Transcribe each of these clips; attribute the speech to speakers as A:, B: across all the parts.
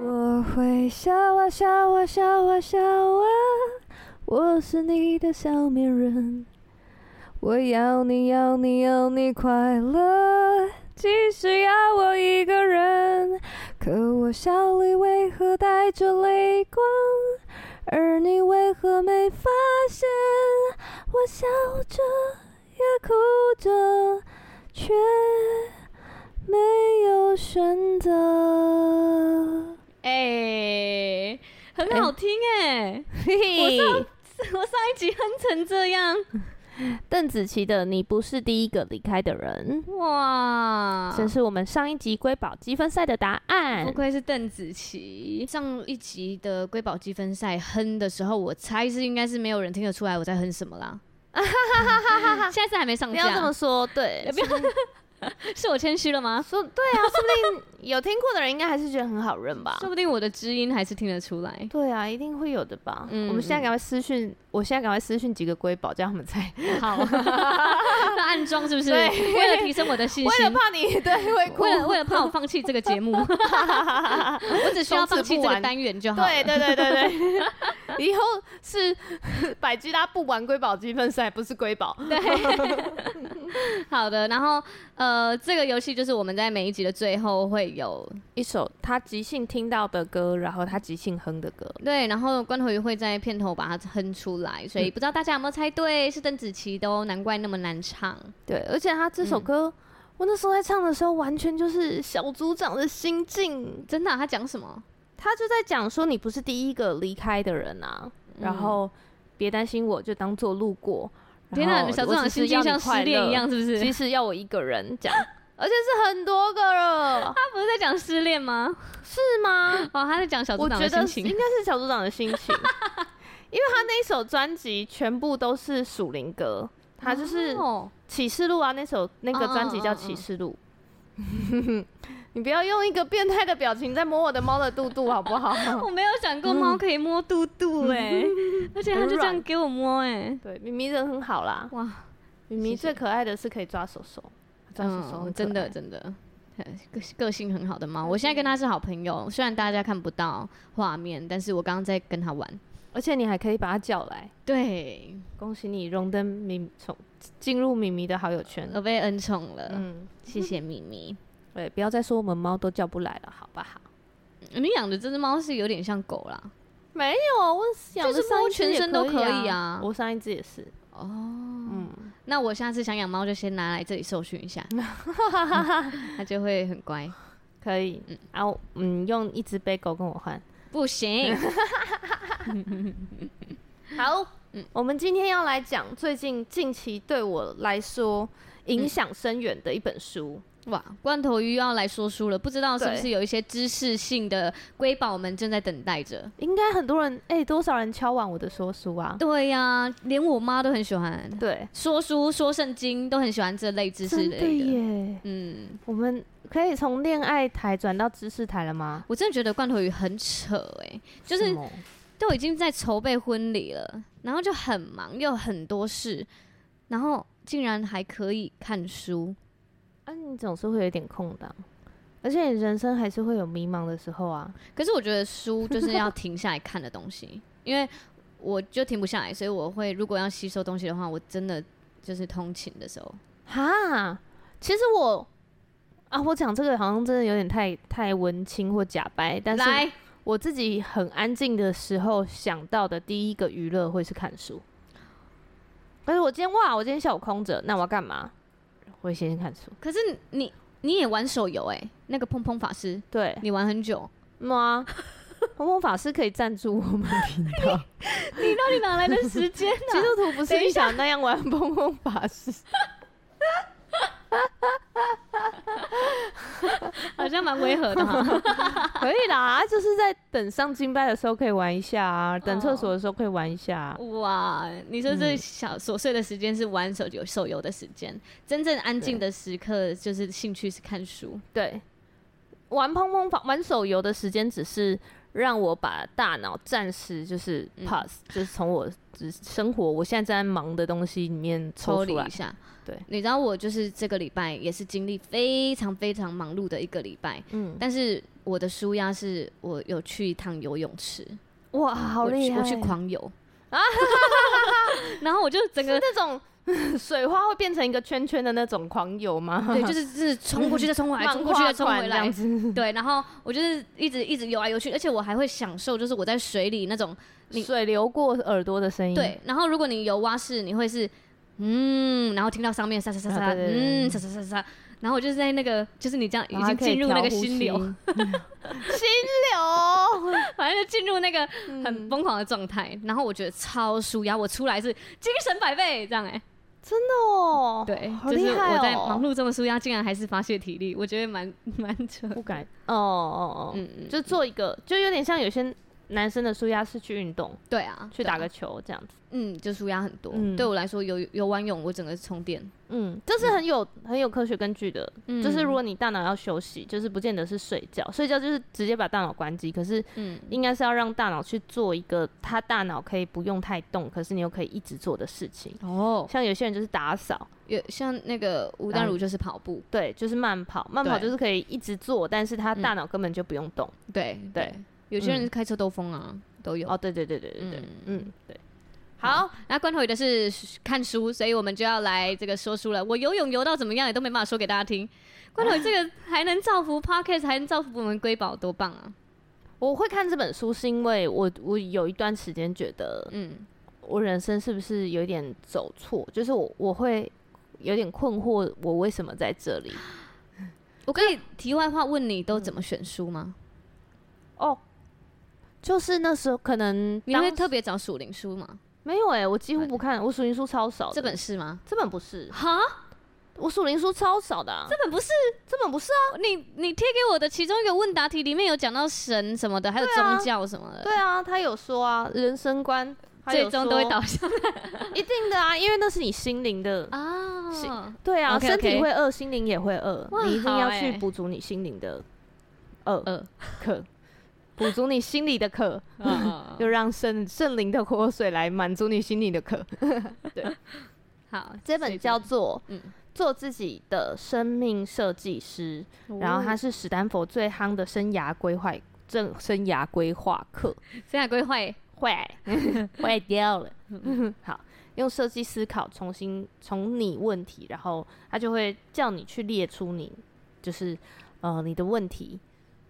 A: 我会笑啊笑啊笑啊笑啊，我是你的笑面人。我要你要你要你快乐，即使要我一个人。可我笑里为何带着泪光，而你为何没发现？我笑着也哭着，却没有选择。
B: 哎、
A: 哎
B: 很好听哎、我上 我上一集哼成这样，
C: 邓紫棋的《你不是第一个离开的人》，
B: 哇！
C: 这是我们上一集瑰宝积分赛的答
B: 不
C: 案。
B: 愧是邓紫棋。上一集的瑰宝积分赛哼的时候，我猜是应该是没有人听得出来我在哼什么啦。 下次还没上
C: 不
B: 架，
C: 要这么说，对，
B: 不 是我谦虚了吗？
C: 说对啊，说不定有听过的人应该还是觉得很好认吧
B: 啊说。不定我的知音还是听得出 来。
C: 对啊，一定会有的吧。
B: 嗯
C: 我们现在赶快私讯，我现在赶快私讯几个瑰宝，这样他们才
B: 好，那啊暗装是不是？
C: 对
B: 为了提升我的信
C: 为了
B: 心，
C: 怕你对会 哭，
B: 为了为了怕我放弃这个节目， 我 只需要放弃这个单元就好了。
C: 对对对对 对，以后是百吉拉不玩瑰宝积分赛，不是瑰宝。
B: 好的。然后呃，这个游戏就是我们在每一集的最后会有
C: 一首他即兴听到的歌，然后他即兴哼的歌。
B: 对，然后关头鱼会在片头把它哼出来，
C: 嗯
B: 所以不知道大家有没有猜对，是邓紫棋的哦，难怪那么难唱。
C: 对，而且他这首
B: 嗯
C: 歌，我那时候在唱的时候，完全就是小组长的心境。
B: 真的啊、他讲什么？
C: 他就在讲说，你不是第一个离开的人啊，然后别担心，我就当做路过。
B: 天
C: 哪
B: 哪，，小组长心境像失恋一样，是不是？
C: 其实要我一个人 讲，而且是很多个了，
B: 他不是在讲失恋吗？
C: 是吗？
B: 哦，他在讲小组
C: 我
B: 长
C: 觉
B: 的
C: 得
B: 心
C: 是应
B: 情。哦
C: 该是小组长的心 情，因为他那一首专辑全部都是属灵歌，他就是《
B: 哦
C: 启示录》啊，那首那个专辑叫
B: 嗯嗯
C: 《
B: 嗯
C: 启示录》。 你不要用一个变态的表情在摸我的猫的肚嗯肚，好不好？
B: 我没有想过猫可以摸肚肚哎、而且它就这样给我摸哎、
C: 对，咪咪人很好啦，
B: 哇，
C: 咪咪
B: 谢谢
C: 最可爱的是可以抓手手，抓手手很可爱、
B: 嗯，真的真的，个个性很好的猫，我现在跟它是好朋友，虽然大家看不到画面，但是我刚刚在跟它玩。
C: 而且你还可以把它叫来，
B: 对，
C: 恭喜你荣登咪从进入咪咪的好友圈。
B: 我被恩宠了，
C: 嗯，
B: 谢谢咪咪。
C: 对，不要再说我们猫都叫不来了，好不好？
B: 嗯你养的这只猫是有点像狗啦，
C: 没有啊，我养的
B: 就是
C: 上一
B: 猫
C: 只
B: 全
C: 也
B: 身都
C: 可
B: 可
C: 以
B: 以啊
C: 我上一只也是，
B: 哦，那我下次想养猫就先拿来这里受训一 下，嗯它就会很乖。
C: 可以。啊，我嗯，用一只背狗跟我换。
B: 不行，
C: 嗯好，我们今天要来讲最近近期对我来说影响深远的一本书。
B: 哇，罐头鱼要来说书了，不知道是不是
C: 对
B: 有一些知识性的瑰宝们正在等待着？
C: 应该很多人，哎、多少人敲完我的说书啊？
B: 对呀、连我妈都很喜欢
C: 对，
B: 说书、说圣经，都很喜欢这类知识
C: 真
B: 类
C: 的
B: 的。
C: 耶！
B: 嗯，
C: 我们可以从恋爱台转到知识台了吗？
B: 我真的觉得罐头鱼很扯哎、就
C: 什
B: 是
C: 么
B: 都已经在筹备婚礼了，然后就很忙，又有很多事，然后竟然还可以看书。
C: 啊，你总是会有点空档，而且你人生还是会有迷茫的时候啊。
B: 可是我觉得书就是要停下来看的东西，因为我就停不下来，所以我会如果要吸收东西的话，我真的就是通勤的时候，
C: 哈，其实我啊，我讲这个好像真的有点太太文青或假白，但是
B: 来
C: 我自己很安静的时候想到的第一个娱乐会是看书。但是我今天哇，我今天下午空着，那我要干嘛？我会先看书。
B: 可是你你也玩手游哎、那个碰碰法师，
C: 对，
B: 你玩 很久，
C: 吗？红红法师可以赞助我们频道。
B: 你到底哪来的时间啊
C: 基督徒不是你想那样玩碰碰 法师。
B: 好像蛮违和的 哈。
C: 可以啦，就是在等上敬拜的时候可以玩一下啊，等厕所的时候可以玩一下啊、
B: 哇，你说
C: 嗯
B: 这小琐碎的时间是玩手游手游的时间，真正安静的时刻就是兴趣是看书。
C: 对，玩碰碰房、玩手游的时间只是让我把大脑暂时就是 pass，、就是从我只生活我现在正在忙的东西里面
B: 抽
C: 抽
B: 离
C: 出来
B: 一。下。
C: 对
B: 你知道我就是这个礼拜也是经历非常非常忙碌的一个礼拜，
C: 嗯，
B: 但是我的舒压是我有去一趟游泳池，
C: 哇，好
B: 我去
C: 厉害！
B: 我去狂游 啊，然后我就整
C: 是
B: 个
C: 那种水花会变成一个圈圈的那种狂游吗？
B: 对，就是就是冲过去再冲回来，
C: 漫
B: 冲过去
C: 画
B: 再冲
C: 馆
B: 回
C: 这样
B: 来，
C: 子，
B: 对，然后我就是一直一直游来游去，而且我还会享受就是我在水里那种你
C: 水流过耳朵的声音。
B: 对，然后如果你游蛙式，你会是嗯，然后听到上面沙沙沙
C: 啊
B: 沙，
C: 对对对
B: 嗯，
C: 对
B: 沙沙沙沙，然后我就是在那个，就是你这样
C: 然
B: 已
C: 后还
B: 经
C: 可以
B: 进入那
C: 调
B: 个
C: 呼
B: 心
C: 吸
B: 流，
C: 心流，
B: 反正就进入那个很
C: 嗯
B: 疯狂的状态，然后我觉得超舒压，我出来是精神百倍这样哎、
C: 哦，
B: 对，
C: 好
B: 就是
C: 厉害
B: 我在
C: 哦
B: 忙碌这么舒压，竟然还是发泄体力，我觉得蛮蛮扯，
C: 不敢，哦哦哦，
B: 嗯嗯，
C: 就做一个，就有点像有些男生的舒压是去运动，
B: 对啊，
C: 去
B: 对啊
C: 打个球这样子。
B: 嗯，就舒压很多，
C: 嗯
B: 对我来说游游完泳我整个充电，
C: 嗯，这是很有很有科学根据的，
B: 嗯
C: 就是如果你大脑要休息，就是不见得是睡觉，睡觉就是直接把大脑关机，可是
B: 嗯
C: 应该是要让大脑去做一个他大脑可以不用太动，可是你又可以一直做的事情。
B: 哦，
C: 像有些人就是打扫，
B: 有像那个吴淡如就是跑步，
C: 对，就是慢跑，慢跑
B: 对
C: 就是可以一直做，但是他
B: 嗯
C: 大脑根本就不用动。
B: 对
C: 对，
B: 有些人
C: 嗯
B: 开车兜风啊，都有。
C: 哦，对对对对对对，
B: 嗯
C: 嗯，对，
B: 好，那关头也的是看书，所以我们就要来这个说书了。我游泳游到怎么样也都没办法说给大家听。关头语这个还能造福 Podcast，还能造福我们瑰宝，多棒啊！
C: 我会看这本书是因为我我有一段时间觉得
B: 嗯
C: 我人生是不是有点走错？就是我我会有点困惑，我为什么在这里？
B: 我可以题外话问你，都怎么选书吗？
C: 哦，就是那时候可能
B: 你会
C: 当
B: 特别找属灵书吗？
C: 没有哎、我几乎不看，我属灵书超少的。
B: 这本是吗？
C: 这本不是，
B: 哦哈，
C: 我属灵书超少的、啊，这
B: 这本不是
C: 这本不是啊。
B: 你你贴给我的其中一个问答题里面有讲到神什么的，还有
C: 啊
B: 宗教什么的，
C: 对啊，他有说啊，人生观，他有
B: 最终都会
C: 说
B: 导 向
C: 一定的啊，因为那是你心灵的。
B: 啊。
C: 对啊
B: OK，OK
C: 身体会饿，心灵也会饿，
B: 哇
C: 你一定
B: 好
C: 要
B: 欸
C: 去补足你心灵的饿
B: 呃，
C: 渴，补足你心里的渴。
B: 啊
C: 就让圣圣灵的活水来满足你心里的渴。
B: 好，
C: 这本叫做《
B: 嗯
C: 做自己的生命设计师》，然
B: 哦
C: 后它是史丹佛最夯的生涯规划正生涯规划课，
B: 生涯哦规划耶
C: 坏坏掉了。好，用设计思考重新从你问题，然后它就会叫你去列出你就是呃你的问题，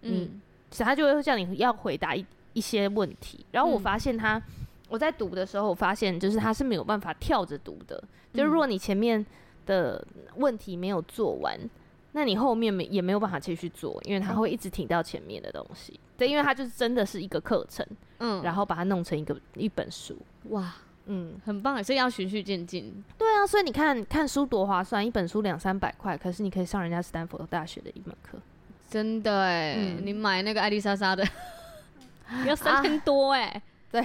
B: 嗯
C: 嗯，其实他就会叫你要回答一一些问题。然后我
B: 嗯
C: 发现他，我在读的时候，我发现就是他是没有办法跳着读的，就是如果你前面的问题没有做完。那你后面没也没有办法继续做，因为他会一直停到前面的东西。对，因为他就是真的是一个课程，
B: 嗯，
C: 然后把它弄成一个一本书。
B: 哇，
C: 嗯，
B: 很棒耶，所以要循序渐进。
C: 对啊，所以你看看书多划算，一本书两三百块，可是你可以上人家斯坦福大学的一门课。
B: 真的哎、
C: 嗯啊
B: 你买那个艾丽莎莎 的要三千多哎、
C: 对，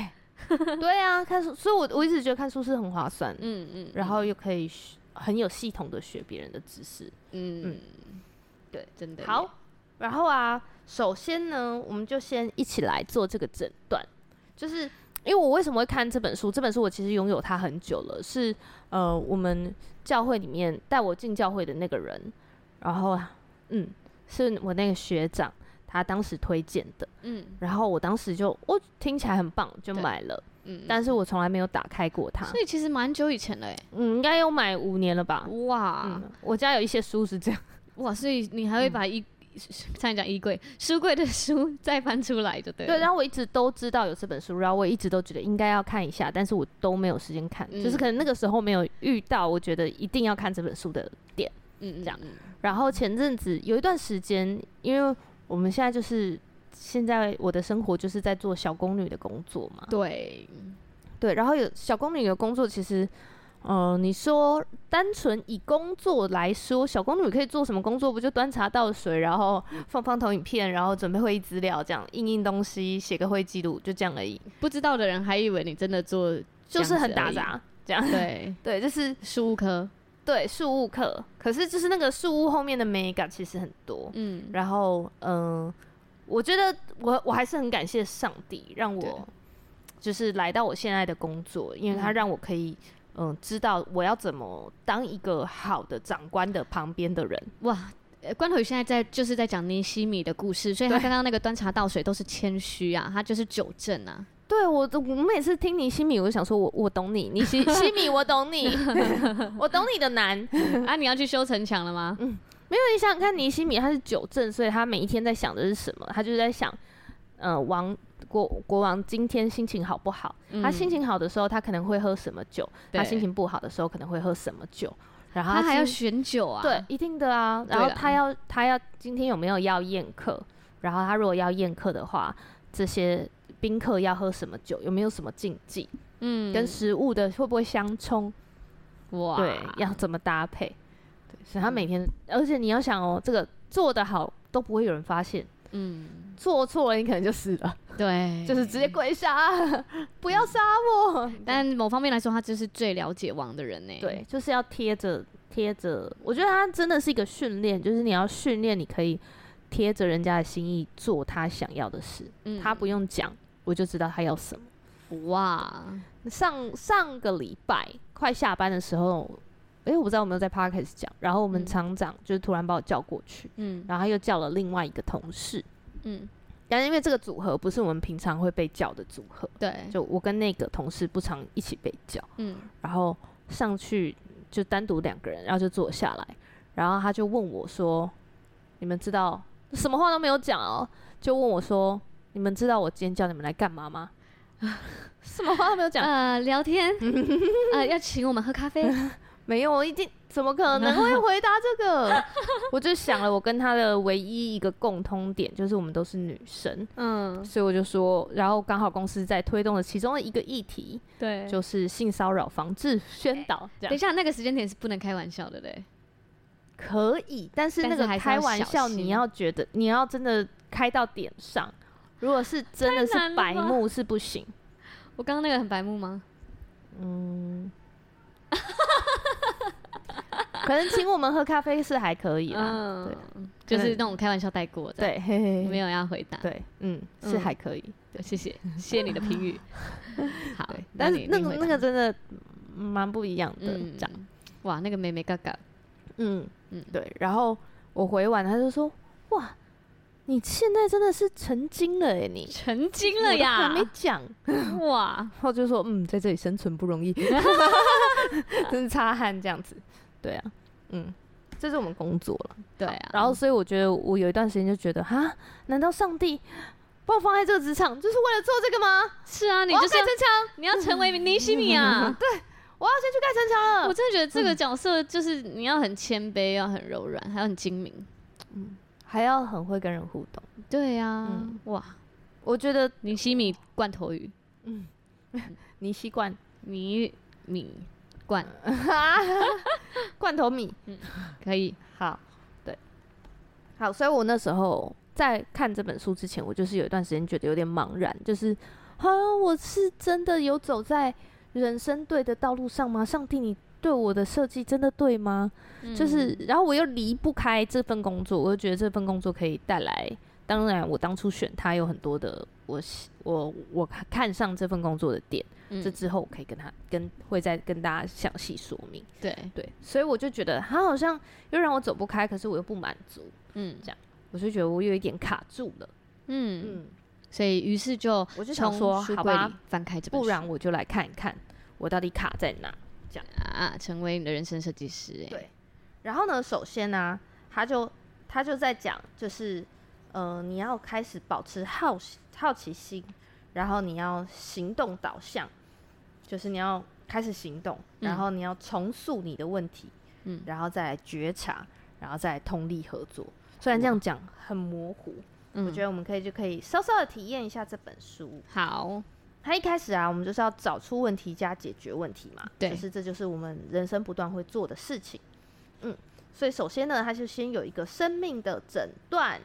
C: 对啊，看书，所以我我一直觉得看书是很划算的。
B: 嗯嗯，
C: 然后又可以学很有系统的学别人的知识。
B: 嗯嗯
C: 嗯，
B: 对，真的耶
C: 好，然后啊，首先呢，我们就先一起来做这个诊断，就是因为我为什么会看这本书？这本书我其实拥有它很久了，是呃我们教会里面带我进教会的那个人，然后啊，嗯，是我那个学长。他当时推荐的，
B: 嗯
C: 然后我当时就我听起来很棒，就
B: 对
C: 买了，
B: 嗯，
C: 但是我从来没有打开过它。
B: 所以其实蛮久以前了哎、
C: 嗯，应该有买五年了吧？
B: 哇、
C: 嗯，我家有一些书是这样。
B: 哇，所以你还会把衣、差点讲衣柜书柜的书再翻出来就对了，
C: 对，然后我一直都知道有这本书，然后我一直都觉得应该要看一下，但是我都没有时间看，就是可能那个时候没有遇到，我觉得一定要看这本书的。
B: 嗯嗯
C: 这样
B: 嗯
C: 然后前阵子有一段时间，因为我们现在就是现在我的生活就是在做小宫女的工作嘛，
B: 对，
C: 对，然后有小宫女的工作，其实呃，你说单纯以工作来说，小公主可以做什么工作？不就端茶倒水，然后放放投影片，然后准备会议资料，这样印印东西，写个会议记录，就这样而已，
B: 不知道的人还以为你真的做这
C: 就
B: 样子
C: 是
B: 而已
C: 很打。杂这样。
B: 对，
C: 对，就是
B: 书科，
C: 对树屋课，可是就是那个树屋后面的美感其实很多。
B: 嗯，
C: 然后，嗯、我觉得我我还是很感谢上帝，让
B: 对
C: 我就是来到我现在的工作，因为他
B: 嗯
C: 让我可以。嗯，知道我要怎么当一个好的长官的旁边的人，
B: 哇。呃关头宇现在在就是在讲尼西米的故事，所以他
C: 对
B: 刚刚那个端茶倒水都是谦虚啊，他就是九正 啊，
C: 对我，我每次听你西米，我就想说我我懂你，你 西西米，我懂你， 我懂你的难。因
B: 啊，你要去修城墙了吗？
C: 嗯为你想想看，尼西米他是九正，所以他每一天在想的是什么？他就是在想，呃，王国国王今天心情好不好？
B: 嗯
C: 他心情好的时候，他可能会喝什么酒；他
B: 对
C: 心情不好的时候，可能会喝什么酒。然后
B: 他还要
C: 心
B: 选酒啊，
C: 对，一定的啊。然后
B: 对啦
C: 他要他要今天有没有要宴客？然后他如果要宴客的话，这些宾客要喝什么酒？有没有什么禁忌？
B: 嗯，
C: 跟食物的会不会相冲？
B: 哇，
C: 对，要怎么搭配？对，所以他每天，而且你要想哦，这个做得好都不会有人发现，
B: 嗯，
C: 做错了你可能就死了，
B: 对，
C: 就是直接跪 下，不要杀我。
B: 但某方面来说，他就是最了解王的人呢、
C: 对，，就是要贴着贴着，我觉得他真的是一个训练，就是你要训练，你可以贴着人家的心意做他想要的事，
B: 嗯
C: 他不用讲，我就知道他要什么。
B: 哇，
C: 上上个礼拜快下班的时候，诶，我不知道有没有在 podcast 讲，然后我们
B: 嗯
C: 厂长就是突然把我叫过去，
B: 嗯
C: 然后他又叫了另外一个同事，
B: 嗯，
C: 但是因为这个组合不是我们平常会被叫的组合，
B: 对，
C: 就我跟那个同事不常一起被叫，
B: 嗯
C: 然后上去就单独两个人，然后就坐下来，然后他就问我说：“你们知道什么话都没有讲哦？”就问我说：“你们知道我今天叫你们来干嘛吗？”什么话都没有讲，
B: 呃，聊 天，呃，要请我们喝咖啡，
C: 没有，我一定怎么可能会回答这个？ 我就想了，我跟他的唯一一个共通点就是我们都是女生，
B: 嗯，
C: 所以我就说，然后刚好公司在推动的其中的一个议题
B: 对，
C: 就是性骚扰防治宣导，这
B: 等一下
C: 样
B: 那个时间点是不能开玩笑的嘞，
C: 可以，但是那个
B: 但是还是要
C: 开玩
B: 小
C: 笑，
B: 心
C: 你要觉得你要真的开到点上，如果是真的
B: 太难
C: 是
B: 了
C: 白
B: 吧
C: 目是不行，
B: 我刚刚那个很白目吗？
C: 嗯。 可能请我们喝咖啡是还可以啦，
B: 嗯就
C: 对，
B: 是那种开玩笑带过的，，
C: 对，嘿嘿嘿
B: 没有要回答，
C: 对，嗯，是
B: 嗯
C: 还可以。
B: 对，谢谢，谢谢你的评 语，好
C: 对，，
B: 那
C: 但
B: 你
C: 是那
B: 你
C: 个
B: 回答
C: 那个真的蛮不一样的，这样，
B: 嗯，哇，那个妹妹嘎 嘎，
C: 嗯
B: 嗯
C: 对。然后我回完，他就说：“哇，你现在真的是成精了哎，你
B: 成精
C: 我
B: 了
C: 都还
B: 呀，
C: 没讲。”
B: 哇，
C: 然后就说：“嗯，在这里生存不 容易， 真是擦汗这样子。”对啊，嗯，这是我们工作了。
B: 对啊，
C: 然后，所以我觉得我有一段时间就觉得，哈，难道上帝把我放在这个职场，就是为了做这个吗？
B: 是啊，你
C: 我要
B: 就是
C: 盖城墙，
B: 你要成为尼西米 啊！
C: 我要先去盖城墙了。嗯
B: 我真的觉得这个角色就是你要很谦卑，要很柔软，还要很精明。
C: 还要很会跟人互动。
B: 对呀、
C: 嗯
B: 哇，
C: 我觉得
B: 尼西米罐头鱼，
C: 你习惯
B: 米米罐
C: 罐头米
B: 可以，
C: 好，对，好，所以我那时候在看这本书之前，我就是有一段时间觉得有点茫然，就是啊，我是真的有走在人生对的道路上吗？上帝，你对我的设计真的对吗？
B: 嗯
C: 就是，然后我又离不开这份工作，我就觉得这份工作可以带来。当然，我当初选它有很多的我喜我我看上这份工作的点。
B: 嗯
C: 这之后我可以跟他跟会再跟大家详细说明。
B: 对，
C: 对，所以我就觉得他好像又让我走不开，可是我又不满足，
B: 嗯
C: 我就觉得我有一点卡住了。
B: 嗯，
C: 嗯，
B: 所以于是就
C: 我就想
B: 从
C: 说，
B: 书
C: 好
B: 柜里
C: 吧，
B: 翻开这本
C: 不
B: 书，
C: 然我就来看一看我到底卡在哪。
B: 啊，成为你的人生设计师、哎，
C: 对然后呢，首先呢、他就他就在讲，就是呃，你要开始保持好奇好奇心，然后你要行动导向，就是你要开始行动，然后你要重塑你的问题，
B: 嗯
C: 然后再来觉察，然后再来通力合作。虽然这样讲很模糊，
B: 嗯
C: 我觉得我们可以就可以稍稍的体验一下这本书。
B: 好，
C: 他一开始啊，我们就是要找出问题加解决问题嘛，
B: 对
C: 就是这就是我们人生不断会做的事情。嗯，所以首先呢，他就先有一个生命的诊断。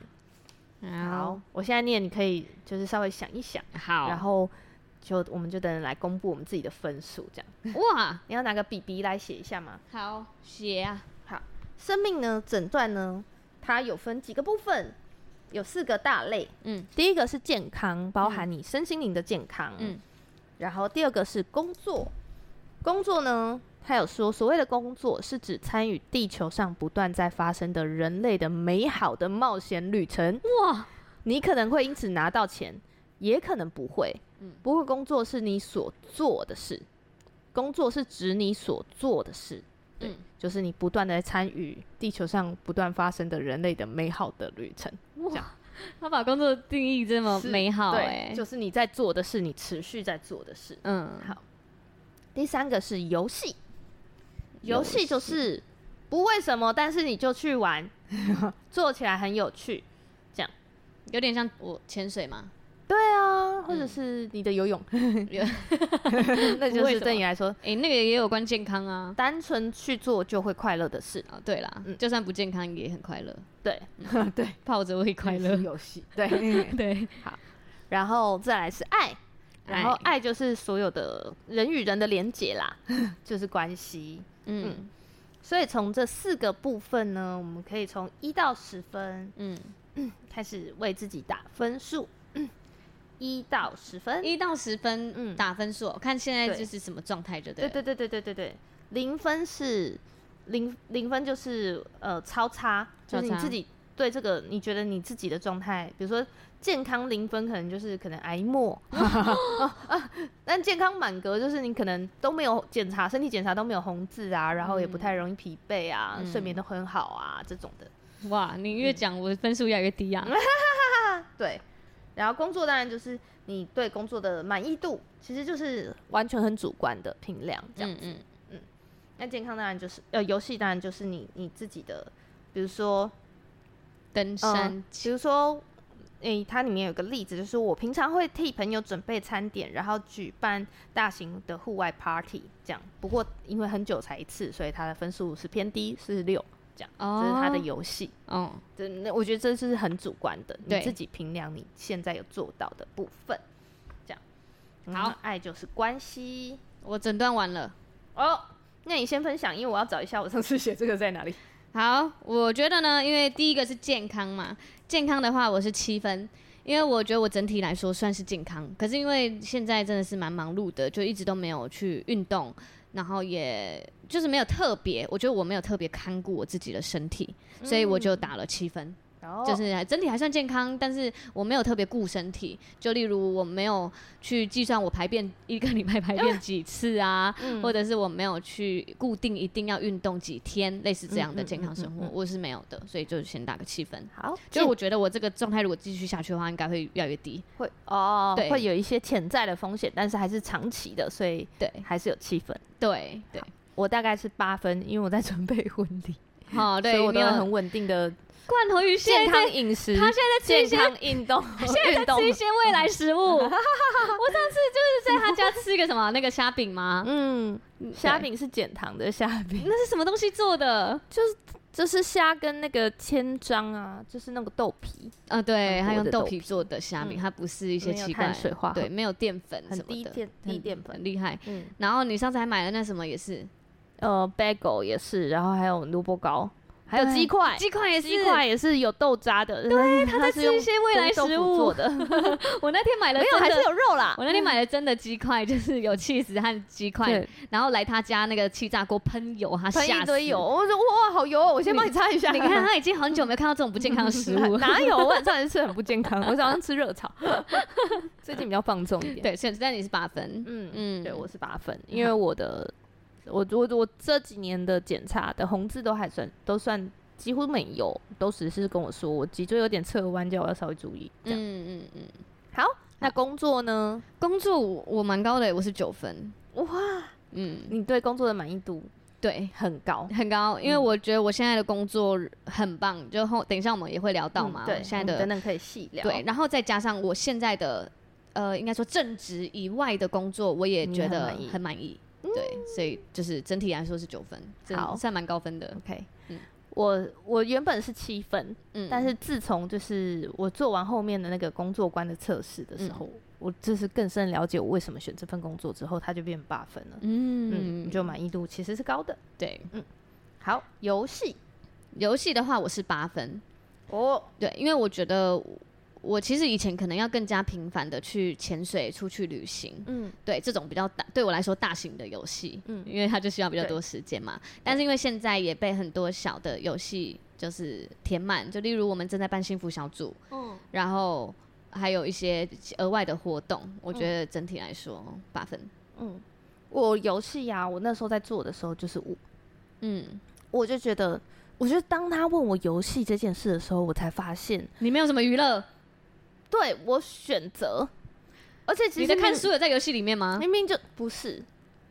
C: 好，我现在念，你可以就是稍微想一想，
B: 好，
C: 然后就我们就等人来公布我们自己的分数，这样。
B: 哇，
C: 你要拿个笔笔来写一下吗？
B: 好写啊，
C: 生命呢诊断呢，它有分几个部分，有四个大类。
B: 嗯，
C: 第一个是健康，包含你身心灵的健康。
B: 嗯，
C: 然后第二个是工作，工作呢，它有说所谓的工作是指参与地球上不断在发生的人类的美好的冒险旅程。
B: 哇，
C: 你可能会因此拿到钱，也可能不会。
B: 嗯
C: 不过工作是你所做的事，工作是指你所做的事。对，
B: 嗯
C: 就是你不断的参与地球上不断发生的人类的美好的旅程。这样
B: 哇，他把工作定义这么
C: 是
B: 美好哎、
C: 对，就是你在做的事，你持续在做的事。
B: 嗯，
C: 好第三个是游戏，游
B: 游
C: 戏就是不为什么，但是你就去 玩，做起来很有趣。
B: 有点像我潜水嘛，
C: 对啊，或者
B: 嗯
C: 是你的游 泳，
B: 有
C: 那就
B: 不为什
C: 是
B: 么
C: 对你来说
B: 哎、那个也有关健康啊。
C: 单纯去做就会快乐的事。
B: 哦，对啦，
C: 嗯
B: 就算不健康也很快乐，
C: 对， 对，
B: 泡着会快乐。
C: 游戏。 对，
B: 对，
C: 然后再来是爱，然后
B: 爱
C: 爱就是所有的人与人的连结啦，就是关系。
B: 嗯
C: 所以从这四个部分呢，我们可以从一到十分
B: 嗯，
C: 开始为自己打分数，一到十分。
B: 一到十分，
C: 嗯
B: 打分数哦，看现在
C: 对
B: 就是什么状态就对
C: 对
B: 了。
C: 对对对对对对，零分是零零分就是呃超差，就
B: 超
C: 是你
B: 差
C: 自己对这个你觉得你自己的状态，比如说健康零分可能就是可能癌 末，啊但健康满格就是你可能都没有检查，身体检查都没有红字啊，然后也不太容易疲惫啊，
B: 嗯
C: 睡眠都很好啊这种的，
B: 哇，你
C: 嗯
B: 越讲我的分数越来越低啊。
C: 对。然后工作当然就是你对工作的满意度，其实就是完全很主观的评量这样
B: 嗯嗯，
C: 那健康当然就是呃，游戏当然就是你你自己的，比如说，
B: 登山
C: 嗯，比如说，诶、它里面有个例子，就是我平常会替朋友准备餐点，然后举办大型的户外 party 这样。不过因为很久才一次，所以它的分数是偏低，是六，这
B: 哦，
C: 是它的游戏。
B: 哦，
C: 这那我觉得这是很主观的，你
B: 对
C: 自己评量你现在有做到的部分，这样。然
B: 好
C: 后爱就是关系
B: 我诊断完了。
C: 哦。那你先分享，因为我要找一下我上次写这个在哪里。
B: 好，我觉得呢，因为第一个是健康嘛，健康的话我是七分，因为我觉得我整体来说算是健康，可是因为现在真的是蛮忙碌的，就一直都没有去运动，然后也就是没有特别，我觉得我没有特别看顾我自己的身体，所以我
C: 嗯
B: 就打了七分。
C: 然后
B: 就是还整体还算健康，但是我没有特别顾身体，就例如我没有去计算我排便一个礼拜排便几次 啊，
C: 嗯
B: 或者是我没有去固定一定要运动几天，类似这样
C: 嗯
B: 的健康生活，我是没有的，所以就先打个七分。
C: 好，
B: 就我觉得我这个状态如果继续下去的话，应该会越来越低。
C: 会哦，
B: 对
C: 会有一些潜在的风险，但是还是长期的，所以
B: 对
C: 还是有气氛。
B: 对对，
C: 我大概是八分，因为我在准备婚礼，
B: 好，对，
C: 所以我
B: 没
C: 都
B: 有
C: 有很稳定 的
B: 罐头鱼现
C: 健
B: 在
C: 康
B: 在
C: 饮食，
B: 他现在在吃一
C: 健
B: 些
C: 康运动，运动
B: 吃一，些未来 食物。我上次就是在他家吃一个什么那个虾饼吗？
C: 嗯，虾
B: 对
C: 饼是减糖的虾饼，
B: 那是什么东西做的？
C: 就是虾跟那个千张啊，就是那个豆皮，
B: 啊，对，它
C: 韩国
B: 用
C: 的
B: 豆
C: 豆
B: 皮做的虾米，
C: 嗯
B: 它不是一些
C: 没有
B: 奇怪
C: 碳水化合
B: 对，没有淀粉
C: 很
B: 什么
C: 低
B: 的，
C: 淀低淀粉
B: 很，厉害。
C: 嗯，
B: 然后你上次还买了那什么也是，
C: 呃，bagel 也是，然后还有萝卜糕，还有
B: 对
C: 鸡块，
B: 鸡块也是，
C: 哎鸡块也是有豆渣的， 对，它
B: 它
C: 是
B: 吃
C: 用
B: 一些未来
C: 豆
B: 食
C: 腐做
B: 物。
C: 的，
B: 我那天买了
C: 没有，
B: 真
C: 还是
B: 的。
C: 有肉啦，
B: 我那天买了真的鸡块，就是有 cheese 和鸡块
C: 对，
B: 然后来他家那个气炸锅喷油，他
C: 喷
B: 吓
C: 一
B: 死
C: 堆油，。我说哇，好油、哦，我先帮你擦一下。
B: 你 看，他已经很久没有看到这种不健康的食物，
C: 哪有？我晚上也吃很不健康，我早上吃热 炒，最近比较放纵一点。，
B: 对，所以但你是八分，
C: 嗯嗯，
B: 嗯，
C: 对我是八分，因为我的我我我这几年的检查的红字都还算都算几乎没有，都只是跟我说我脊椎有点侧弯，叫我要稍微注意。这样、
B: 嗯嗯嗯，
C: 好，那工作呢？
B: 工作我我蛮高的，我是九分，
C: 哇，
B: 嗯，
C: 你对工作的满意度
B: 对，
C: 很高，
B: 很高，因为
C: 嗯
B: 我觉得我现在的工作很棒，就后等一下我们也会聊到嘛，
C: 嗯对，
B: 我现在
C: 等
B: 的
C: 等可以细聊。
B: 对，，然后再加上我现在的呃，应该说正职以外的工作，我也
C: 你
B: 觉
C: 很
B: 得
C: 满意嗯
B: 很满意。对，所以就是整体来说是九分，这
C: 好
B: 算蛮高分的。
C: OK，
B: 嗯
C: 我我原本是七分，
B: 嗯，
C: 但是自从就是我做完后面的那个工作观的测试的时候，我就是更深了解我为什么选这份工作之后，它就变八分了。嗯，
B: 嗯，
C: 就满意度其实是高的。
B: 对
C: 好，游戏
B: 游戏的话，我是八分。
C: 哦，
B: 对，因为我觉得我我其实以前可能要更加频繁的去潜水、出去旅行，
C: 嗯，
B: 对这种比较大对我来说大型的游戏，
C: 嗯
B: 嗯，因为它就需要比较
C: 对
B: 多时间嘛。但是因为现在也被很多小的游戏就是填满，就例如我们正在办幸福小组，
C: 嗯，
B: 然后还有一些额外的活动，我觉得整体来说八分。
C: 嗯，我游戏呀，我那时候在做的时候就是五，
B: 嗯，
C: 我就觉得，我觉得当他问我游戏这件事的时候，我才发现，
B: 你没有什么娱乐，
C: 对我选择，而且其实
B: 你在看
C: 明
B: 书有在游戏里面吗？
C: 明明就不是，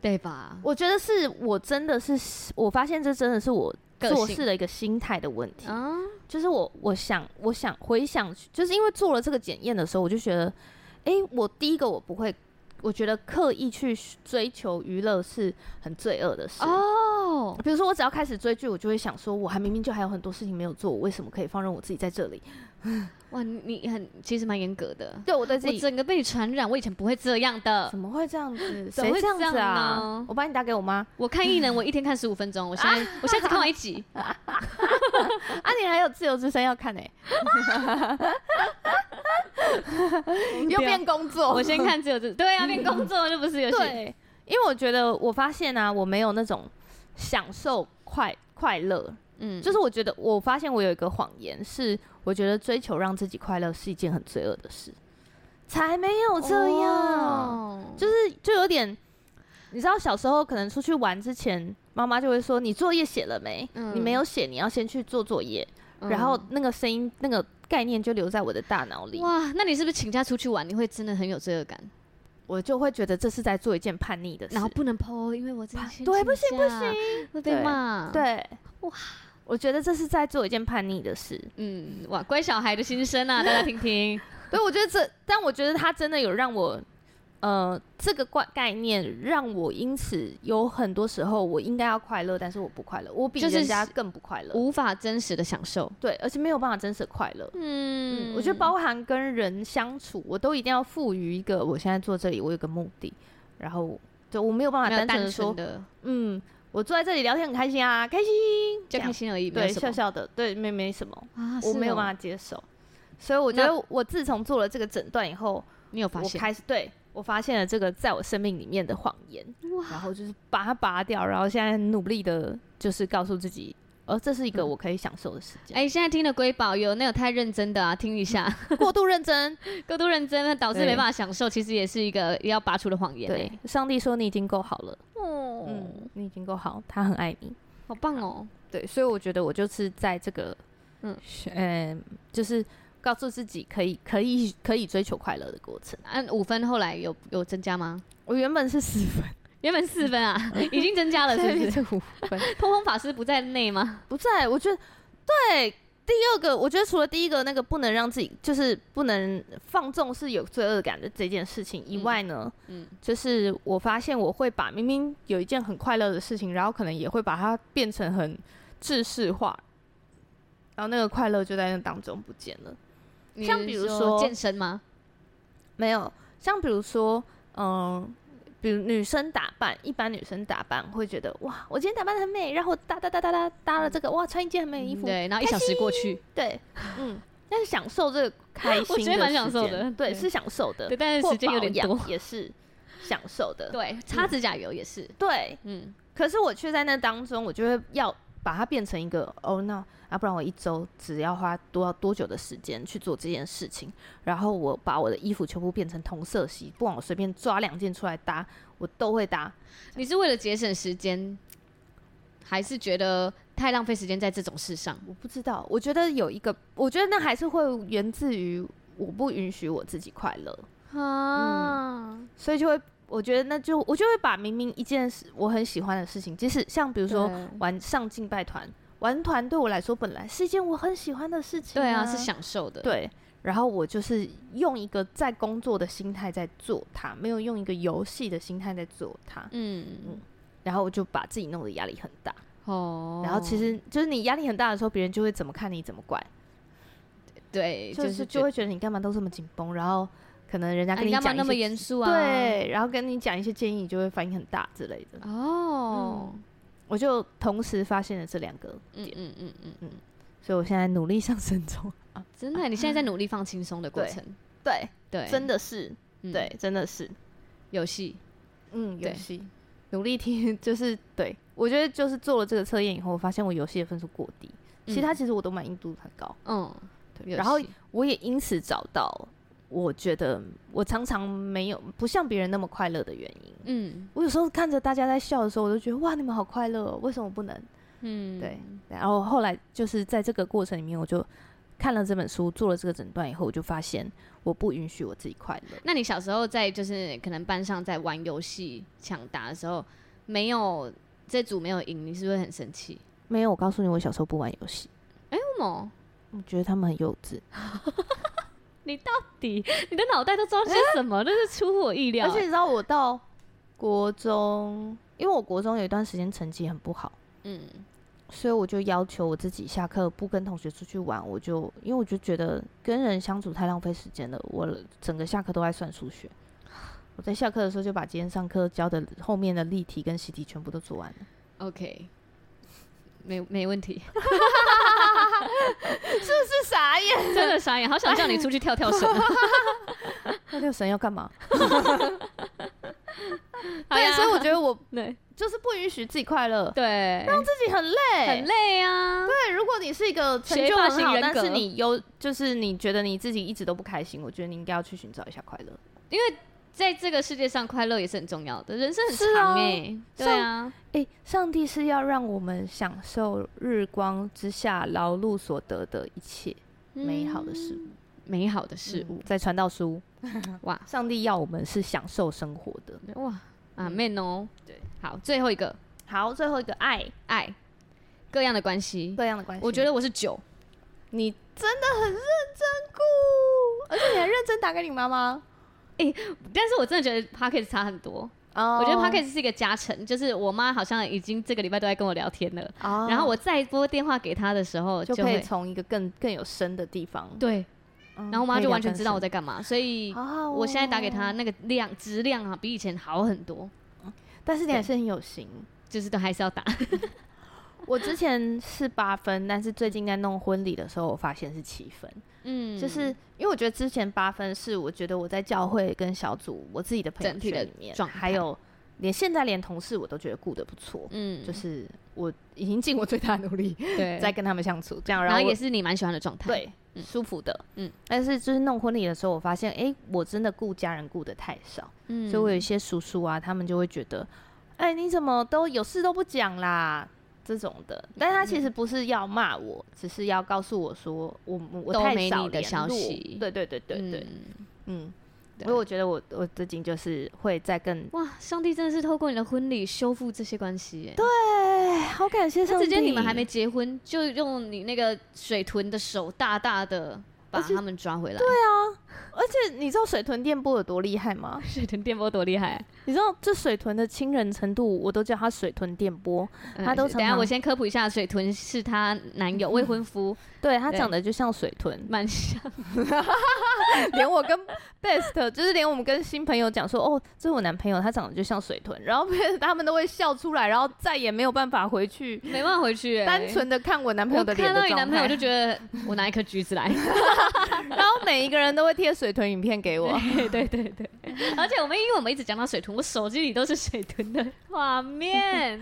B: 对吧？
C: 我觉得是我真的是，我发现这真的是我
B: 个性
C: 做事的一个心态的问题。
B: 啊，
C: 就是我我想我想回想，就是因为做了这个检验的时候，我就觉得，诶，我第一个我不会，我觉得刻意去追求娱乐是很罪恶的事。
B: 哦，
C: 比如说，我只要开始追剧，我就会想说，我还明明就还有很多事情没有做，我为什么可以放任我自己在这里？
B: 哇，你你很其实蛮严格的。
C: 对我对自
B: 我
C: 己
B: 整个被你传染，我以前不会这样的
C: 怎。么会这样子？
B: 怎么
C: 谁
B: 会
C: 这样子
B: 这样
C: 啊
B: 呢？
C: 我帮你打给我妈
B: 我看异 能，我一天看十五分钟，我现在我现在只看完一集。
C: 啊！你还有自由之声要 看呢、欸又变工作，
B: 我先 看只有这，对啊，变工作就不是游戏。
C: 对，因为我觉得我发现啊，我没有那种享受快快乐，
B: 嗯，
C: 就是我觉得我发现我有一个谎言，是我觉得追求让自己快乐是一件很罪恶的事，才没有这样，
B: 哦
C: 就是就有点，你知道小时候可能出去玩之前，妈妈就会说你作业写了没？
B: 嗯
C: 你没有写，你要先去做作业，然后那个声音那个概念就留在我的大脑
B: 嗯
C: 里，
B: 哇，那你是不是请假出去玩，你会真的很有罪恶感，
C: 我就会觉得这是在做一件叛逆的事
B: 然后。不能 PO，因为我真的先
C: 啊对不
B: 行不行，会被
C: 对
B: 骂。，
C: 对，
B: 哇，
C: 我觉得这是在做一件叛逆的事。
B: 嗯，哇，乖小孩的心声啊，大家听 听。
C: 对，我觉得这，但我觉得他真的有让我，呃，这个概概念让我因此有很多时候我应该要快乐，但是我不快乐，我比
B: 就是
C: 人家更不快乐。
B: 无法真实的享受。
C: 对，而且没有办法真实快乐。嗯，
B: 嗯
C: 我觉得包含跟人相处，我都一定要赋予一个我现在坐这里，我有个目的，然后就我没有办法
B: 嗯没有
C: 单纯
B: 单
C: 的说
B: 纯，的，
C: 嗯，我坐在这里聊天很开心啊，开心，
B: 就
C: 这样
B: 开心而已，没有
C: 对，
B: 什
C: 笑
B: 么
C: 笑的，对，没没什么。
B: 啊
C: 我没有办
B: 吗？
C: 法接受。所以我觉得我自从做了这个诊断以后，
B: 你有发
C: 我
B: 现？
C: 开始对我发现了这个在我生命里面的谎言，然后就是把它拔掉，然后现在努力的就是告诉自己，呃，这是一个我可以享受的时间。
B: 哎、现在听的瑰宝有那有太认真的啊，听一 下，
C: 哎过度认 真，
B: 过度认真导致
C: 对
B: 没办法享受，其实也是一个要拔出的谎言、
C: 对
B: 欸。，
C: 上帝说你已经够好了，
B: 哦
C: 嗯，你已经够好，他很爱你。
B: 好棒哦，
C: 对，所以我觉得我就是在这个，嗯
B: 嗯
C: 嗯，就是告诉自己可以可以可以追求快乐的过程。
B: 按啊五分后来有有增加吗？
C: 我原本是十分，
B: 原本四分啊， 已经增加了，是 不是？
C: 是五分。
B: 通风法师不在内吗？
C: 不在，我觉得对第二个，我觉得除了第一个那个不能让自己就是不能放纵是有罪恶感的这件事情以外呢，
B: 嗯，
C: 就是我发现我会把明明有一件很快乐的事情，然后可能也会把它变成很制式化，然后那个快乐就在那当中不见了。
B: 你
C: 像
B: 是
C: 比如说
B: 说健身吗？
C: 没有，像比如说，嗯、比如女生打扮，一般女生打扮会觉得哇，我今天打扮的很美，然后我搭搭搭搭搭搭了这个，哇，穿一件很美
B: 嗯
C: 的衣服，
B: 对，然后一小时过去，
C: 对，嗯，但是享受这个开心 的
B: 我
C: 时
B: 觉
C: 间，
B: 得蛮享受的
C: 对，
B: 对
C: 是享受的
B: 对，，但是
C: 或
B: 时间有点
C: 保养
B: 多。
C: 也是享受的，
B: 对，擦指甲油也是，
C: 对。
B: 嗯，
C: 可是我却在那当中，我就会要把它变成一个哦，那啊，不然我一周只要花多多久的时间去做这件事情，然后我把我的衣服全部变成同色系，不管我随便抓两件出来搭，我都会搭。
B: 你是为了节省时间，还是觉得太浪费时间在这种事上？
C: 我不知道，我觉得有一个，我觉得那还是会源自于我不允许我自己快乐。
B: 啊，
C: 所以就会，我觉得那就我就会把明明一件事我很喜欢的事情，即使像比如
B: 比
C: 说玩上敬拜团，玩团对我来说本来是一件我很喜欢的事
B: 啊
C: 情、啊
B: 对啊，是享受的。，
C: 对，然后我就是用一个在工作的心态在做它，没有用一个游戏的心态在做它，
B: 嗯，
C: 然后我就把自己弄得压力很大。
B: 哦，
C: 然后其实就是你压力很大的时候，别人就会怎么看你怎么怪，
B: 对，
C: 就是
B: 觉
C: 是就
B: 得
C: 会觉得你干嘛都这么紧绷，然后可能人家
B: 啊
C: 跟
B: 你
C: 讲
B: 干嘛
C: 一
B: 那么
C: 些
B: 严肃啊？，
C: 对，然后跟你讲一些建议，你就会反应很大之类的。
B: 哦，
C: 我就同时发现了这两个，
B: 嗯嗯嗯嗯嗯，
C: 所以我现在努力上升中。
B: 真的，你现在在努力放轻松的过
C: 对
B: 程，
C: 对，
B: 对，
C: 真的是，
B: 嗯
C: 对，真的是，
B: 游戏，
C: 嗯，
B: 对
C: 游戏努力听，就是对我觉得就是做了这个测验以后，我发现我游戏的分数过低，其他
B: 嗯
C: 其实我都满意度很高，
B: 嗯，
C: 对，
B: 游
C: 然后
B: 戏
C: 我也因此找到我觉得我常常没有不像别人那么快乐的原因。
B: 嗯
C: 我有时候看着大家在笑的时候，我都觉得哇，你们好快乐、哦，为什么我不能？
B: 嗯，
C: 对，然后后来就是在这个过程里面，我就看了这本书，做了这个诊断以后，我就发现我不允许我自己快乐。
B: 那你小时候在就是可能班上在玩游戏抢答的时候，没有这组没有赢，你是不是很生气？
C: 没有，我告诉你，我小时候不玩游戏，
B: 哎、为什么？
C: 我觉得他们很幼稚，
B: 你到底你的脑袋都装些什 么？那是出乎我意料、
C: 而且你知道，我到国中，因为我国中有一段时间成绩很不好，
B: 嗯，
C: 所以我就要求我自己下课不跟同学出去玩，我就因为我就觉得跟人相处太浪费时间了，我整个下课都在算数学。我在下课的时候就把今天上课教的后面的例题跟习题全部都做完了。
B: OK，没没问题，
C: 是傻眼。
B: 真的傻眼，好想叫你出去跳跳绳。
C: 那六神要干嘛？
B: 好呀
C: 对，所以我觉得我
B: 对
C: 就是不允许自己快乐，
B: 对，
C: 自己很累，
B: 很。累啊。
C: 对，如果你是一个成
B: 学
C: 就
B: 霸
C: 很
B: 型
C: 好，
B: 人
C: 但
B: 格
C: 是你有就是你觉得你自己一直都不开心，我觉得你应该要去寻找一下快乐。
B: 在这个世界上，快乐也是很重要的。人生很
C: 是啊
B: 长哎、对啊，
C: 诶、上帝是要让我们享受日光之下劳碌所得的一切美好的事
B: 嗯
C: 物。
B: 美好的事
C: 嗯
B: 物，
C: 在传道 书，
B: 哇
C: 上帝要我们是享受生活的。
B: 哇啊
C: 嗯
B: man 哦，对，好，最后一个
C: 好，最后一个爱
B: 爱，各样的关系，
C: 各样的关系，
B: 我觉得我是九，
C: 你真的很认真顾，而且你还认真打给你妈妈。
B: 但是我真的觉得 p o c k e t 差很多。
C: 哦
B: 我觉得 p o c k e t 是一个加成，就是我妈好像已经这个礼拜都在跟我聊天了，
C: 哦
B: 然后我再拨电话给她的时候
C: 就可以
B: 会
C: 从一个更更有深的地方，
B: 对，
C: 嗯
B: 然后我妈就完全知道我。在干嘛，所
C: 可以
B: 以
C: 聊更深好好哦
B: 我现在打给她，那个量质量啊比以前好很多，
C: 但是你还是很有型。
B: 就是都还是要打。
C: 我之前是八分，但是最近在弄婚礼的时候，我发现是七分，
B: 嗯，
C: 就是因为我觉得之前八分是我觉得我在教会跟小组我自己的朋友
B: 整体的
C: 圈里面，
B: 状态
C: 还有连现在连同事我都觉得顾得不错，
B: 嗯，
C: 就是我已经尽我最大的努力
B: 对，
C: 在跟他们相处，这样
B: 然后
C: 我
B: 也是你蛮喜欢的状态，
C: 对，
B: 嗯
C: 舒服的，
B: 嗯
C: 嗯。但是就是弄婚礼的时候，我发现，哎、我真的顾家人顾得太少，
B: 嗯，
C: 所以我有一些叔叔啊，他们就会觉得，哎、你怎么都有事都不讲啦。这种的，
B: 嗯
C: 但他其实不是要骂我，只是要告诉我说我我
B: 都
C: 太
B: 没
C: 少
B: 你的
C: 联
B: 消
C: 络
B: 息
C: 对对对对对，
B: 嗯
C: 嗯，
B: 对
C: 所以我觉得我我最近就是会再更
B: 哇，上帝真的是透过你的婚礼修复这些关系耶。对，
C: 对，好感谢上
B: 直接你们还没结婚，就用你那个水豚的手大大的把
C: 而且
B: 他们抓回来。对啊，
C: 而且你知道水豚电波有多厉害 吗？
B: 水豚电波多厉害！啊
C: 你知道这水豚的亲人程度，我都叫它水豚电波，他都
B: 嗯
C: 常
B: 等一下
C: 常
B: 我先科普一下，水豚是她男友未婚夫，
C: 对，它
B: 对
C: 长得就像水豚，
B: 蛮像。
C: 连我跟 Best，就是连我们跟新朋友讲说，哦，这是我男朋友，他长得就像水豚，然后 Best 他们都会笑出来，然后再也没有办法回去
B: 没办法回去耶，
C: 单纯的看我男朋友
B: 我
C: 的脸
B: 看
C: 的
B: 到你男
C: 状
B: 朋友就
C: 态，
B: 觉得我拿一颗橘子来。
C: 然后每一个人都会贴水豚影片给 我，
B: 对对对对， 而且我们因为我们一直讲到水豚，我手机里都是水豚的画 面。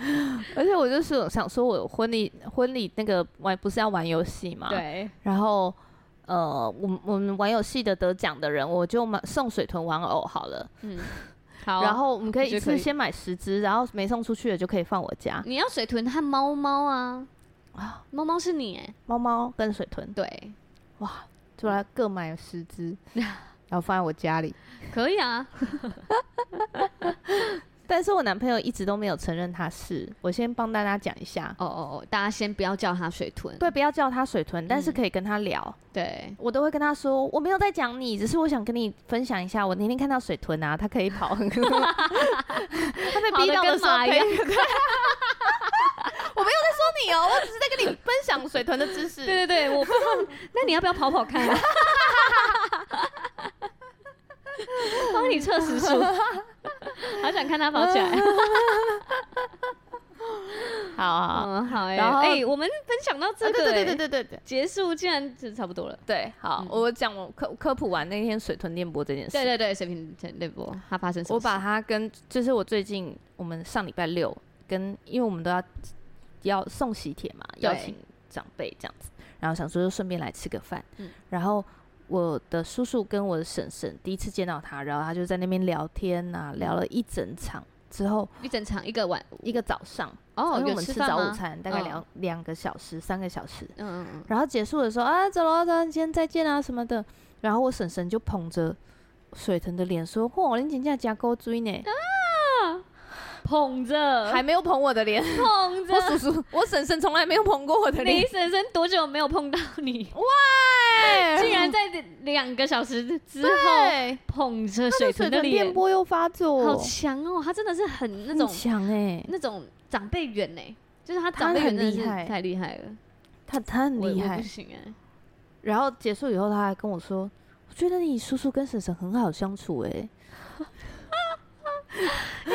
C: 而且我就是想说，我婚礼婚礼那个玩不是要玩游戏嘛，，
B: 对，
C: 然后。呃，我们我们玩游戏的得奖的人，我就买送水豚玩偶好了。
B: 嗯，好。
C: 然后我们可以
B: 我觉
C: 一
B: 得可以
C: 次先买十只，然后没送出去的就可以放我家。
B: 你要水豚和猫猫啊
C: 啊，
B: 猫猫是你哎，
C: 猫猫跟水豚，
B: 对，
C: 就来各买十 只，然后放在我家里。
B: 可以啊，
C: 但是我男朋友一直都没有承认他是。我先帮大家讲一下，
B: 哦哦哦，大家先不要叫他水豚。
C: 对，不要叫他水豚，但是
B: 嗯
C: 可以跟他聊。
B: 对，
C: 我都会跟他说，我没有在讲你，只是我想跟你分享一下，我那天看到水豚啊，它可以跑， 很它被逼
B: 跑得
C: 到的
B: 跟
C: 时候
B: 马
C: 可
B: 一
C: 以。
B: 样
C: 我没有在说你哦、我只是在跟你分享水豚的知识。
B: 对对对，我不知道， 那你要不要跑跑看、 啊？帮你测时速，好想看他跑起来。
C: 嗯好好好，
B: 嗯，好、欸，
C: 然后
B: 哎、我们分享到这
C: 啊
B: 个、
C: 对对对
B: 欸
C: 对对对对
B: 结束竟然就差不多了。
C: 对，好，
B: 嗯
C: 我讲我科科普完那天水豚电波这件事，
B: 对对对，水平对波，它发生什么
C: 我
B: 事？
C: 把它跟就是我最近我们上礼拜六跟，因为我们都要要送喜帖嘛，
B: 对
C: 邀请长辈这样子，然后想说就顺便来吃个饭，
B: 嗯
C: 然后。我的叔叔跟我的婶婶第一次见到他，然后他就在那边聊天呐、聊了一整场之后，
B: 一整场一个晚
C: 一个早上，
B: 哦，
C: 因为我
B: 有
C: 们
B: 吃
C: 吃
B: 饭
C: 早午
B: 吗？
C: 餐，大概
B: 嗯
C: 两两、个小时、三个小时，
B: 嗯嗯
C: 然后结束的时候啊，走了，走了，今天再见啊什么的。然后我婶婶就捧着水豚的脸说：“嚯，你真正加勾追呢，
B: 嗯，捧着，
C: 还没有捧我的脸。
B: 捧
C: 我
B: 着。
C: 叔叔，我婶婶从来没有捧过我的
B: 你
C: 脸。
B: 婶婶多久没有碰到你？ 竟然在两个小时之后
C: 对，
B: 捧着
C: 他
B: 水豚
C: 的水
B: 的
C: 豚
B: 脸
C: 电，波又发作
B: 好，强哦！他真的是很那
C: 很
B: 种
C: 强哎，
B: 那种长辈缘呢，就是他
C: 他
B: 长辈缘
C: 很
B: 真的
C: 厉
B: 是
C: 害
B: 太厉害了，
C: 他他很
B: 我
C: 厉
B: 我
C: 害
B: 不。行哎。
C: 然后结束以后，他还跟我说：“我觉得你叔叔跟婶婶很好相处哎。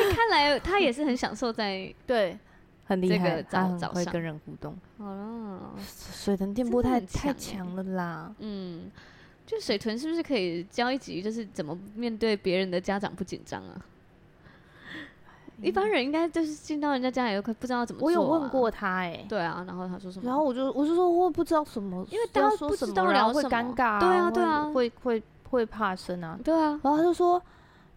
B: 看来他也是很享受在”
C: 对，很厉
B: 这
C: 害，
B: 个
C: 他
B: 早
C: 很
B: 早
C: 会
B: 上
C: 跟人互动。
B: 好了，
C: 水豚电
B: 真
C: 波
B: 的
C: 太
B: 很
C: 太
B: 强
C: 强了啦。
B: 嗯，就水豚是不是可以教一集，就是怎么面对别人的家长不紧张啊？
C: 哎
B: 一般人应该就是进到人家家里，快不知道怎么做、啊
C: 我有问过，他哎、
B: 对啊，然后他说什么？
C: 然后我就我就说我不知道什么，
B: 因为
C: 要
B: 大家
C: 说
B: 不
C: 什
B: 知
C: 么
B: 道
C: 然后
B: 聊
C: 会
B: 什
C: 尴
B: 么
C: 尬啊，
B: 对啊对
C: 会
B: 啊
C: 会会会怕生啊。
B: 对啊，
C: 然后他就说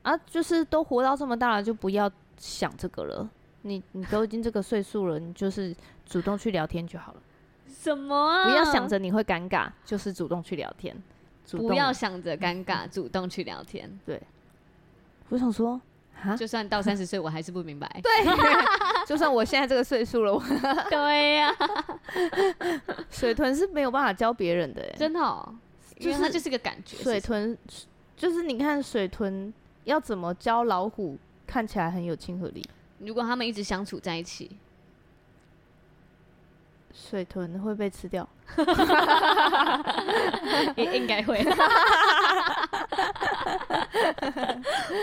C: 啊，就是都活到这么大了，就不要想这个了。你你都已经这个岁数了，你就是主动去聊天就好了，
B: 什么啊？
C: 不要想着你会尴尬，就是主动去聊天。主动
B: 不要，想着尴尬，主动去聊天。
C: 我想说啊，
B: 就算到三十岁，我还是不明白。
C: 对， 啊就算我现在这个岁数 了，我
B: 对啊呀、
C: 水豚是没有办法教别人的、欸，
B: 真的、哦，
C: 就
B: 因为它
C: 是
B: 就是个感觉。
C: 水
B: 是
C: 豚就是你看水豚要怎么教老虎，看起来很有亲和力。
B: 如果他们一直相处在一起，
C: 水豚会被吃掉，
B: 也 应该会。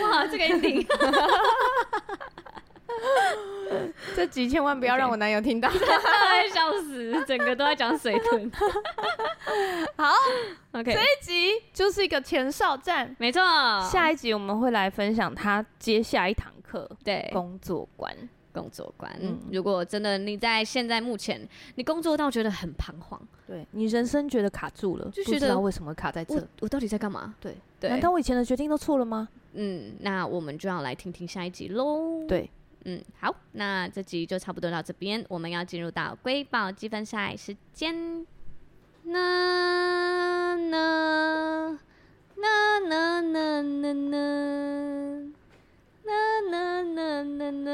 B: 哇，这个 ending
C: 这集千万不要让我男友听到。
B: 快笑死，整个都在讲水 豚。
C: 好
B: ，OK，
C: 这集就是一个前哨战，
B: 没错，
C: 下一集我们会来分享他接下一堂课
B: 对
C: 工作观。
B: 工作观。
C: 嗯
B: 如果真的你在现在目前你工作到觉得很彷徨，
C: 对你人生觉得卡住了，
B: 就
C: 不
B: 觉
C: 知
B: 得
C: 道为什么会卡在
B: 我
C: 这。
B: 我到底在干嘛？
C: 对
B: 对，
C: 难道我以前的决定都错了吗？
B: 嗯，那我们就要来听听下一集喽。，
C: 对，
B: 嗯，好，那这集就差不多到这边，我们要进入到瑰宝积分赛时间。那那那那那那那那那那那那那那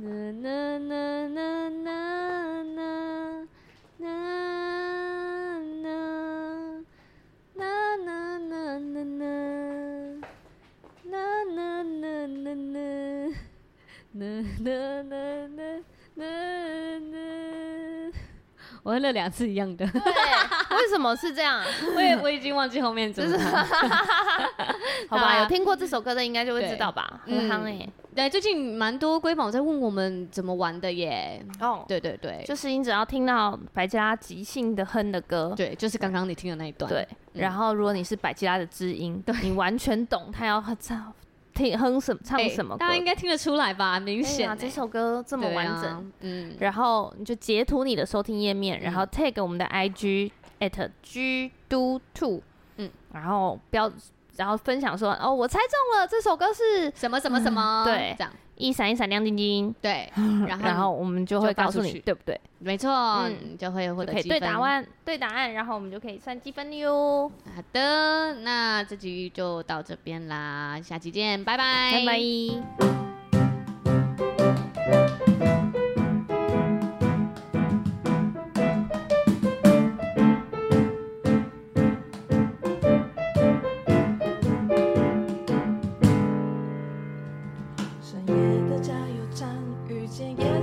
B: 那那那那那。啦啦啦啦啦，啦啦啦啦啦，啦啦啦啦啦啦。我哼了两次一样的，
C: 对，为什么是这样？
B: 我也我已经忘记后面怎么唱。
C: 好
B: 好
C: 吧，
B: 啦
C: 有听过这首歌的应该就会知道吧，
B: 嗯
C: 很夯哎。
B: 对，最近蛮多瑰宝在问我们怎么玩的耶。
C: 哦，
B: 对对对，
C: 就是你只要听到白吉拉即兴的哼的歌，
B: 对，就是刚刚你听的那一段。
C: 对，
B: 嗯
C: 然后如果你是百吉拉的知音，你完全懂他要唱听哼什么唱
B: 哎，
C: 什么歌，
B: 大家应该听得出来吧？明
C: 对
B: 显
C: 啊
B: 欸
C: 这首歌这么
B: 对
C: 完
B: 啊
C: 整，
B: 嗯，
C: 然后你就截图你的收听页面，然后 tag 我们的 IG at g do two，
B: 嗯
C: 嗯，然后标。然后分享说哦，我猜中了，这首歌是
B: 什么什么什么，
C: 嗯对
B: 这样
C: 一闪一闪亮晶晶，
B: 对，然后
C: 然后我们就
B: 就
C: 会
B: 发
C: 告诉
B: 出
C: 你
B: 去
C: 对不对，
B: 没错，
C: 嗯
B: 你就会获
C: 就
B: 得
C: 可以
B: 积
C: 对
B: 分
C: 答案对答案，然后我们就可以算积分了哟，
B: 好的，那这集就到这边啦，下期见，拜拜，
C: 拜拜。
D: 深夜的加油站，遇见耶